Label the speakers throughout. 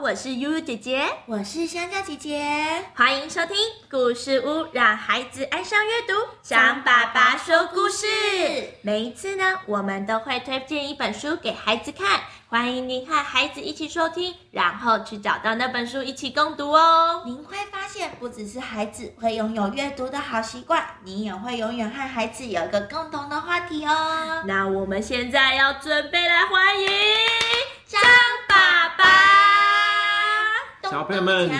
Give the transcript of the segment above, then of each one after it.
Speaker 1: 我是悠悠姐姐，
Speaker 2: 我是香蕉姐姐。
Speaker 1: 欢迎收听故事屋，让孩子爱上阅读。张爸爸说故事，每一次呢，我们都会推荐一本书给孩子看，欢迎您和孩子一起收听，然后去找到那本书一起共读哦。
Speaker 2: 您会发现，不只是孩子会拥有阅读的好习惯，你也会永远和孩子有一个共同的话题哦。
Speaker 1: 那我们现在要准备来欢迎张
Speaker 2: 爸
Speaker 1: 爸爸。
Speaker 2: 爸
Speaker 3: 小朋友们，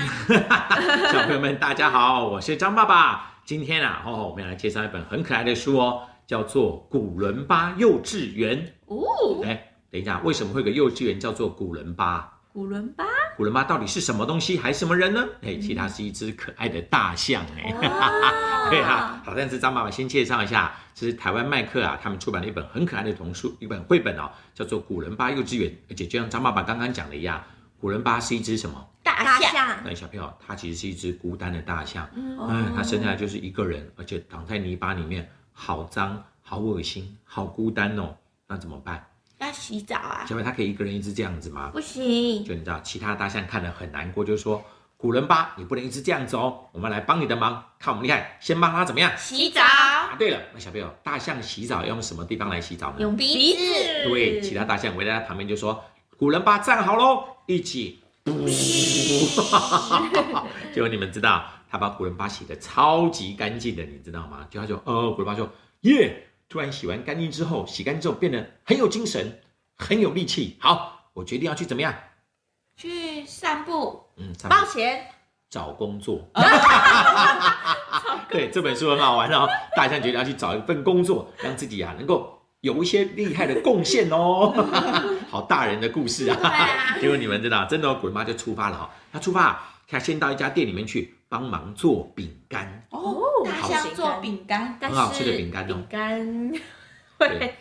Speaker 3: 小朋友们，大家好，我是张爸爸。今天啊，哦，我们要来介绍一本很可爱的书哦，叫做《古伦巴幼稚园
Speaker 1: 哦》。，
Speaker 3: 哎，等一下，为什么会有个幼稚园叫做古伦巴？
Speaker 1: 古伦巴，
Speaker 3: 古伦巴到底是什么东西，还是什么人呢？哎，其实它是一只可爱的大象，哎、
Speaker 1: 嗯哇
Speaker 3: 对啊，好，但是张爸爸先介绍一下，这是台湾麦克啊，他们出版了一本很可爱的童书，一本绘本哦，叫做《古伦巴幼稚园》，而且就像张爸爸刚刚讲的一样，古伦巴是一只什么？哎
Speaker 1: 大象，
Speaker 2: 象，
Speaker 3: 那小朋友，它其实是一只孤单的大象，
Speaker 1: 嗯
Speaker 3: 哎，它生下来就是一个人，而且躺在泥巴里面，好脏，好恶心，好孤单哦。那怎么办？
Speaker 2: 要洗澡啊！
Speaker 3: 小朋友，它可以一个人一只这样子吗？
Speaker 1: 不行，
Speaker 3: 就你知道，其他大象看了很难过，就说：“古伦巴，你不能一直这样子哦，我们来帮你的忙，看我们厉害，先帮它怎么样？”
Speaker 2: 洗
Speaker 1: 澡
Speaker 3: 啊，对了，那小朋友，大象洗澡要用什么地方来洗澡呢？
Speaker 1: 用鼻子，
Speaker 3: 对，其他大象围在它旁边就说：“古人吧，站好喽，一起。” 结果你们知道，他把古人巴洗的超级干净的，你知道吗？就他就呃，古人巴说耶，突然洗完干净之后，洗干净之后变得很有精神，很有力气。好，我决定要去怎么样？
Speaker 2: 去散步，
Speaker 3: 嗯，上班
Speaker 2: 抱钱，
Speaker 3: 找工作。对，这本书很好玩哦。大象决定要去找一份工作，让自己啊能够有一些厉害的贡献哦。好大人的故事
Speaker 2: 对
Speaker 3: 啊！
Speaker 2: 啊，
Speaker 3: 结果你们知道，真的、哦，鬼妈就出发了哈、哦。她出发，她先到一家店里面去帮忙做饼干，
Speaker 2: 哦，大
Speaker 3: 好
Speaker 2: 象做饼干，
Speaker 1: 但
Speaker 3: 很好吃的
Speaker 1: 是
Speaker 3: 饼干哦
Speaker 1: 饼干会
Speaker 3: 对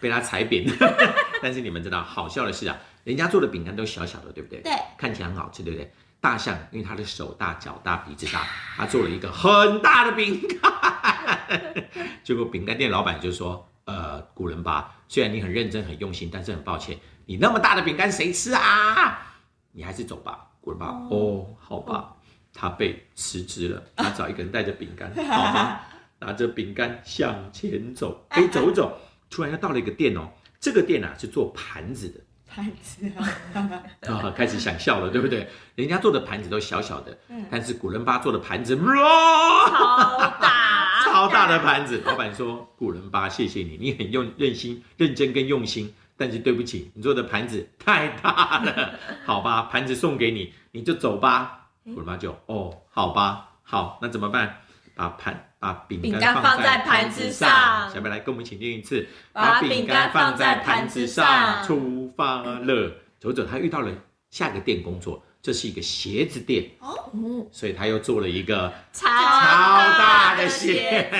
Speaker 3: 被她踩扁。 但是你们知道，好笑的是啊，人家做的饼干都小小的，对不对？
Speaker 2: 对，
Speaker 3: 看起来很好吃，对不对？大象因为它的手大、脚大、鼻子大，它做了一个很大的饼干。 结果饼干店老板就说：“呃，古人吧，虽然你很认真、很用心，但是很抱歉，你那么大的饼干谁吃啊？你还是走吧。”古人吧，哦，好吧，他被辞职了，他找一个人带着饼干，好吗？拿着饼干向前走，哎，走一走，突然又到了一个店哦，这个店啊是做盘子的。
Speaker 2: 盘子啊，
Speaker 3: 啊、开始想笑了，对不对？人家做的盘子都小小的，
Speaker 2: 嗯
Speaker 3: 但是古伦巴做的盘子，嗯哇
Speaker 1: 超大，
Speaker 3: 超大的盘子。老板说：“古伦巴，谢谢你，你很用任心、认真跟用心，但是对不起，你做的盘子太大了， 好吧，盘子送给你，你就走吧。”古伦巴就哦，好吧，好，那怎么办？把盘把饼
Speaker 1: 饼
Speaker 3: 干
Speaker 1: 干放
Speaker 3: 放
Speaker 1: 在
Speaker 3: 在
Speaker 1: 盘
Speaker 3: 盘
Speaker 1: 子
Speaker 3: 子
Speaker 1: 上
Speaker 3: 上，小白来跟我们一起念一次，
Speaker 1: 把
Speaker 3: 把
Speaker 1: 饼
Speaker 3: 饼
Speaker 1: 干
Speaker 3: 干
Speaker 1: 放
Speaker 3: 放
Speaker 1: 在
Speaker 3: 在
Speaker 1: 盘
Speaker 3: 盘
Speaker 1: 子
Speaker 3: 子
Speaker 1: 上
Speaker 3: 上，出发了。走走，他遇到了下个店工作，这是一个鞋子店，
Speaker 1: 嗯
Speaker 3: 所以他又做了一个
Speaker 1: 超
Speaker 3: 大
Speaker 1: 的
Speaker 3: 的鞋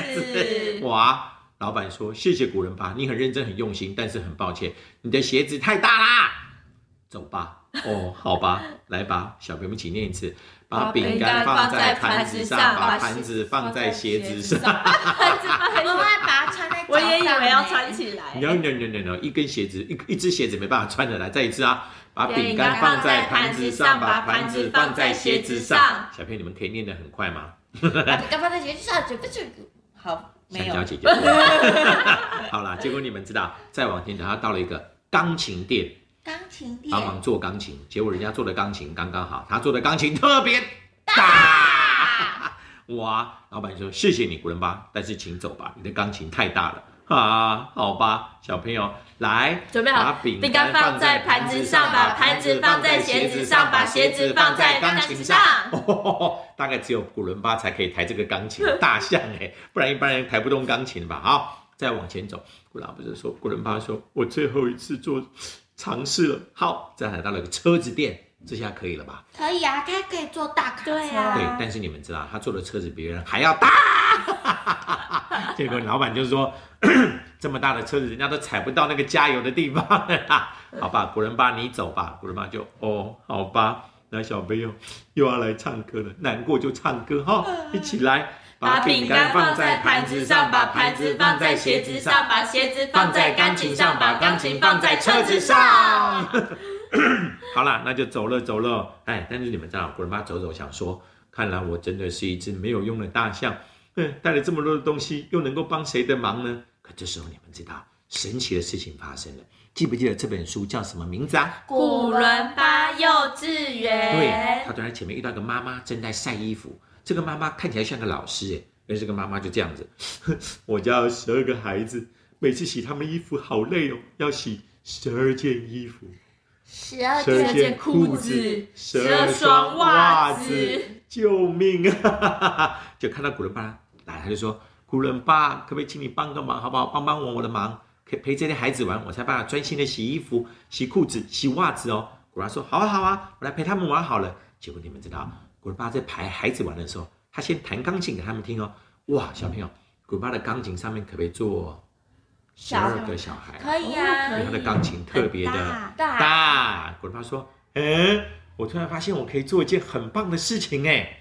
Speaker 1: 子，
Speaker 3: 哇。老板说：“谢谢古人吧，你很认真很用心，但是很抱歉，你的鞋子太大啦。”走吧，哦，好吧，来吧，小朋友们一起念一次，把饼干放在盘子上，把盘子放在鞋子上。
Speaker 2: 我们会把它穿在脚上
Speaker 1: 我也以为要穿
Speaker 2: 呢
Speaker 1: 起来，
Speaker 3: no no no no no，一根鞋子一一只鞋子没办法穿的，来再一次啊！把饼干放在盘子上，把盘子放在鞋子上。小朋友，你们可以念得很快吗？
Speaker 2: 把饼干放在鞋子上，绝不是好没
Speaker 3: 香
Speaker 2: 有
Speaker 3: 蕉姐姐。 好啦，结果你们知道，再往前走，他到了一个钢琴店，
Speaker 2: 钢琴店
Speaker 3: 帮忙做钢琴。结果人家做的钢琴刚刚好，他做的钢琴特别大。哇！老板说：“谢谢你，古伦巴，但是请走吧，你的钢琴太大了。”啊，好吧，小朋友，来，
Speaker 1: 准备
Speaker 3: 把
Speaker 1: 好。
Speaker 3: 饼
Speaker 1: 饼
Speaker 3: 干
Speaker 1: 干放
Speaker 3: 放
Speaker 1: 在
Speaker 3: 在
Speaker 1: 盘
Speaker 3: 盘
Speaker 1: 子
Speaker 3: 子
Speaker 1: 上，
Speaker 3: 上，
Speaker 1: 把
Speaker 3: 把
Speaker 1: 盘
Speaker 3: 盘
Speaker 1: 子
Speaker 3: 子
Speaker 1: 放
Speaker 3: 放
Speaker 1: 在
Speaker 3: 在
Speaker 1: 鞋
Speaker 3: 鞋
Speaker 1: 子
Speaker 3: 子
Speaker 1: 上
Speaker 3: 上，
Speaker 1: 把
Speaker 3: 把
Speaker 1: 鞋
Speaker 3: 鞋
Speaker 1: 子
Speaker 3: 子
Speaker 1: 放
Speaker 3: 放
Speaker 1: 在
Speaker 3: 在
Speaker 1: 钢
Speaker 3: 钢
Speaker 1: 琴
Speaker 3: 琴
Speaker 1: 上
Speaker 3: 上。哦，大概只有古伦巴才可以抬这个钢琴大象哎， 不然一般人抬不动钢琴吧？好，再往前走，古老不是说古伦巴说，我最后一次做尝试了。好，再来到了个车子店，这下可以了吧？
Speaker 2: 可以啊，它可以做大卡车。
Speaker 1: 对啊
Speaker 3: 对，但是你们知道，他做的车子比别人还要大。 结果老板就说：“ 这么大的车子，人家都踩不到那个加油的地方了啦。” 好吧，古人巴你走吧。古人巴就哦，好吧。那小朋友又要来唱歌了，难过就唱歌哈、一起来。
Speaker 1: 把饼干放在盘子上，把盘子放在鞋子上，把鞋子放在钢琴上，把钢琴放在车子上。
Speaker 3: 好啦，那就走了走了。哎，但是你们知道，古伦巴走走想说，看来我真的是一只没有用的大象，哼，带了这么多的东西，又能够帮谁的忙呢？可这时候你们知道，神奇的事情发生了。记不记得这本书叫什么名字啊？
Speaker 1: 古伦巴幼稚
Speaker 3: 对，
Speaker 1: 园，
Speaker 3: 他突然前面遇到一个妈妈正在晒衣服，这个妈妈看起来像个老师哎，而这个妈妈就这样子， 我家有十二个孩子，每次洗他们衣服好累哦，要洗十二件衣服，
Speaker 2: 十二
Speaker 3: 十二
Speaker 2: 天
Speaker 3: 件
Speaker 1: 呃裤
Speaker 3: 裤
Speaker 1: 子
Speaker 3: 子，
Speaker 1: 十二双袜子，
Speaker 3: 救命啊！ 就看到古伦巴来，他就说：“古伦巴，可不可以请你帮个忙，好不好？帮帮我我的忙，可以陪这些孩子玩，我才办法专心的洗衣服、洗裤子、洗袜子哦。”古伦巴说：“好啊，好啊，我来陪他们玩好了。”结果你们知道，古伦巴在陪孩子玩的时候，他先弹钢琴给他们听哦。哇，小朋友，古伦巴的钢琴上面可不可以坐十
Speaker 2: 小
Speaker 3: 二个小孩啊？
Speaker 2: 可以啊，
Speaker 1: 哦
Speaker 3: 因
Speaker 1: 可
Speaker 3: 为
Speaker 1: 以
Speaker 3: 他的钢琴特别
Speaker 1: 很
Speaker 3: 的。
Speaker 1: 大
Speaker 2: 大
Speaker 3: 大。古伦巴说：“嗯，我突然发现我可以做一件很棒的事情哎，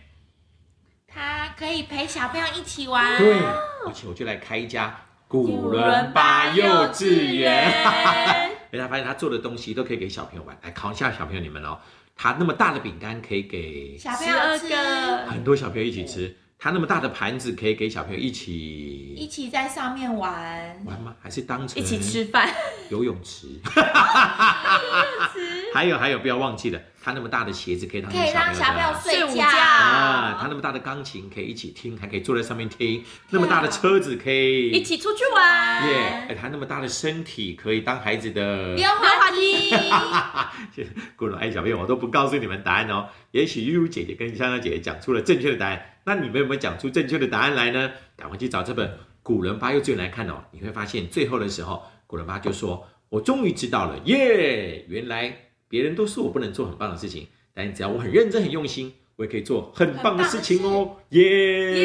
Speaker 2: 他可以陪小朋友一起玩。
Speaker 3: 对，而且我就来开一家古伦巴幼稚园。
Speaker 1: 园，
Speaker 3: 哎，他发现他做的东西都可以给小朋友玩，来哎考一下小朋友你们哦，他那么大的饼干可以给
Speaker 2: 小朋
Speaker 1: 十
Speaker 2: 友
Speaker 1: 二
Speaker 2: 吃，
Speaker 1: 个
Speaker 3: 很多小朋友一起吃，他那么大的盘子可以给小朋友一
Speaker 2: 一
Speaker 3: 起
Speaker 2: 起在上面玩。
Speaker 3: 玩吗？还是当成
Speaker 1: 一起吃饭，
Speaker 3: 游泳池？ 还有还有，不要忘记了，他那么大的鞋子可以当成
Speaker 2: 可以让小
Speaker 3: 小
Speaker 2: 朋
Speaker 3: 朋友
Speaker 2: 友
Speaker 3: 的
Speaker 2: 睡
Speaker 1: 睡
Speaker 2: 觉
Speaker 1: 午觉
Speaker 3: 啊，他那么大的钢琴可以一起听，还可以坐在上面听；那么大的车子可以
Speaker 1: 啊一起出去玩，
Speaker 3: 耶，哎他那么大的身体可以当孩子的。
Speaker 2: 溜滑梯，
Speaker 3: 古老爱小朋友，我都不告诉你们答案哦。也许悠悠姐姐跟香香姐姐讲出了正确的答案，那你们有没有讲出正确的答案来呢？赶快去找这本《古伦巴幼稚园》来看哦，你会发现最后的时候，古伦巴就说：“我终于知道了，耶！原来别人都说我不能做很棒的事情，但只要我很认真、很用心，我也可以做很棒的事情哦，耶！”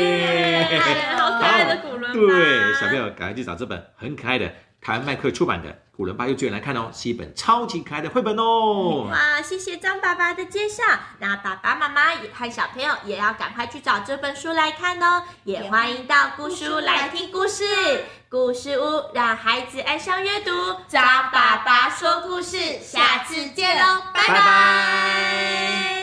Speaker 1: 耶，好可爱的古伦巴，
Speaker 3: 对，小朋友赶快去找这本很可爱的台湾麦克出版的《古伦巴幼稚园》来看哦，是一本超级可爱的绘本哦。
Speaker 1: 哇，谢谢张爸爸的介绍。那爸爸妈妈也和小朋友也要赶快去找这本书来看哦。也欢迎到故事屋来听故事，故事屋让孩子爱上阅读。
Speaker 2: 张爸爸说故事，下次见喽，拜
Speaker 3: 拜
Speaker 2: 拜
Speaker 3: 拜。